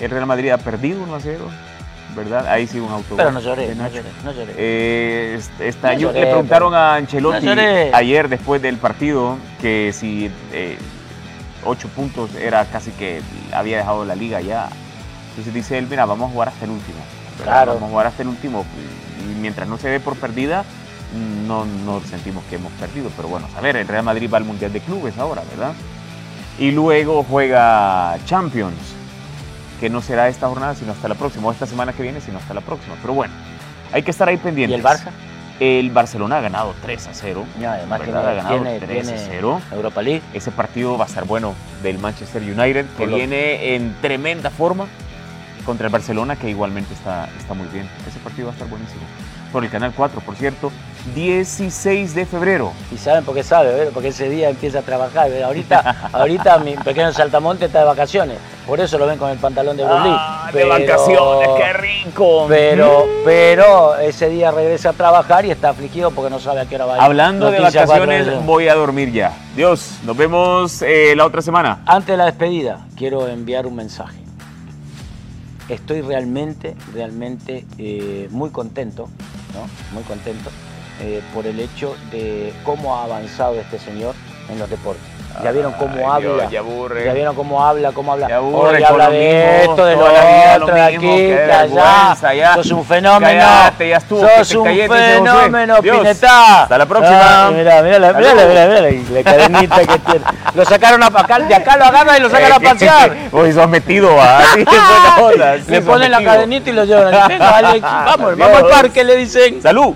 A: El Real Madrid ha perdido 1 a 0. ¿Verdad? Ahí sí un autogol.
B: Pero no lloré,
A: de
B: no
A: Nacho.
B: lloré, no lloré.
A: Eh, es- está-
B: No
A: yo-
B: lloré,
A: le preguntaron a
B: No
A: Ancelotti
B: lloré.
A: ayer después del partido que si eh, ocho puntos era casi que había dejado la liga ya. Entonces dice él, mira, vamos a jugar hasta el último. ¿verdad?
B: Claro.
A: Vamos a jugar hasta el último. Y mientras no se dé por perdida, no, no sentimos que hemos perdido. Pero bueno, a ver, el Real Madrid va al Mundial de Clubes ahora, ¿verdad? Y luego juega Champions que no será esta jornada, sino hasta la próxima, o esta semana que viene, sino hasta la próxima. Pero bueno, hay que estar ahí
B: ¿Y
A: pendientes.
B: el Barça?
A: El Barcelona ha ganado 3 a 0.
B: No, además
A: ¿verdad? ha ganado
B: tiene,
A: 3
B: tiene,
A: a
B: tiene
A: 0.
B: Europa League.
A: Ese partido va a estar bueno del Manchester United, que
B: Por lo-
A: viene en tremenda forma contra el Barcelona, que igualmente está, está muy bien. Ese partido va a estar buenísimo. Por el Canal 4, por cierto, 16 de febrero.
B: Y saben por qué sabe, ¿verdad? porque ese día empieza a trabajar.
A: *laughs*
B: ¿verdad? Ahorita, ahorita mi pequeño saltamonte está de vacaciones. Por eso lo ven con el pantalón de Bruce Lee.
A: Ah, de
B: Pero-
A: vacaciones, qué rico.
B: Pero, pero ese día regresa a trabajar y está afligido porque no sabe a qué hora va a ir.
A: Hablando de
B: Noticia cuatro
A: vacaciones,
B: de-
A: voy a dormir ya. Dios, nos vemos eh, la otra semana.
B: Antes de la despedida, quiero enviar un mensaje. Estoy realmente, realmente eh, muy contento, ¿no? Muy contento eh, por el hecho de cómo ha avanzado este señor en los deportes. Ya vieron cómo
A: Ay, Dios,
B: habla.
A: ya aburre.
B: Ya vieron cómo habla, cómo habla.
A: Ya aburre
B: Hoy
A: con
B: habla
A: lo
B: de
A: mismo,
B: esto, de lo
A: toda la vida lo
B: otro, de aquí,
A: mismo, qué
B: de allá.
A: vergüenza, ya.
B: Sos un fenómeno.
A: Cállate, ya estuvo, que
B: Sos
A: te
B: un
A: callete, dice Josué.
B: fenómeno,
A: Dios.
B: Pinetá.
A: Hasta la próxima.
B: Ah, mirá, mirá, la-
A: Hasta
B: mirá, la-
A: luego.
B: mirá, mirá la- la cadenita que tiene. Lo sacaron a pacar, de acá lo agarran y lo
A: Eh,
B: sacan
A: *laughs*
B: a pasear.
A: Hoy sos metido,
B: *laughs*
A: ¿ah? Sí, buena onda, sí,
B: Le
A: sos
B: ponen la
A: metido. *laughs*
B: cadenita y lo llevan. Venga, Alex, vamos, vamos al
A: Dios.
B: parque, le dicen.
A: ¡Salud!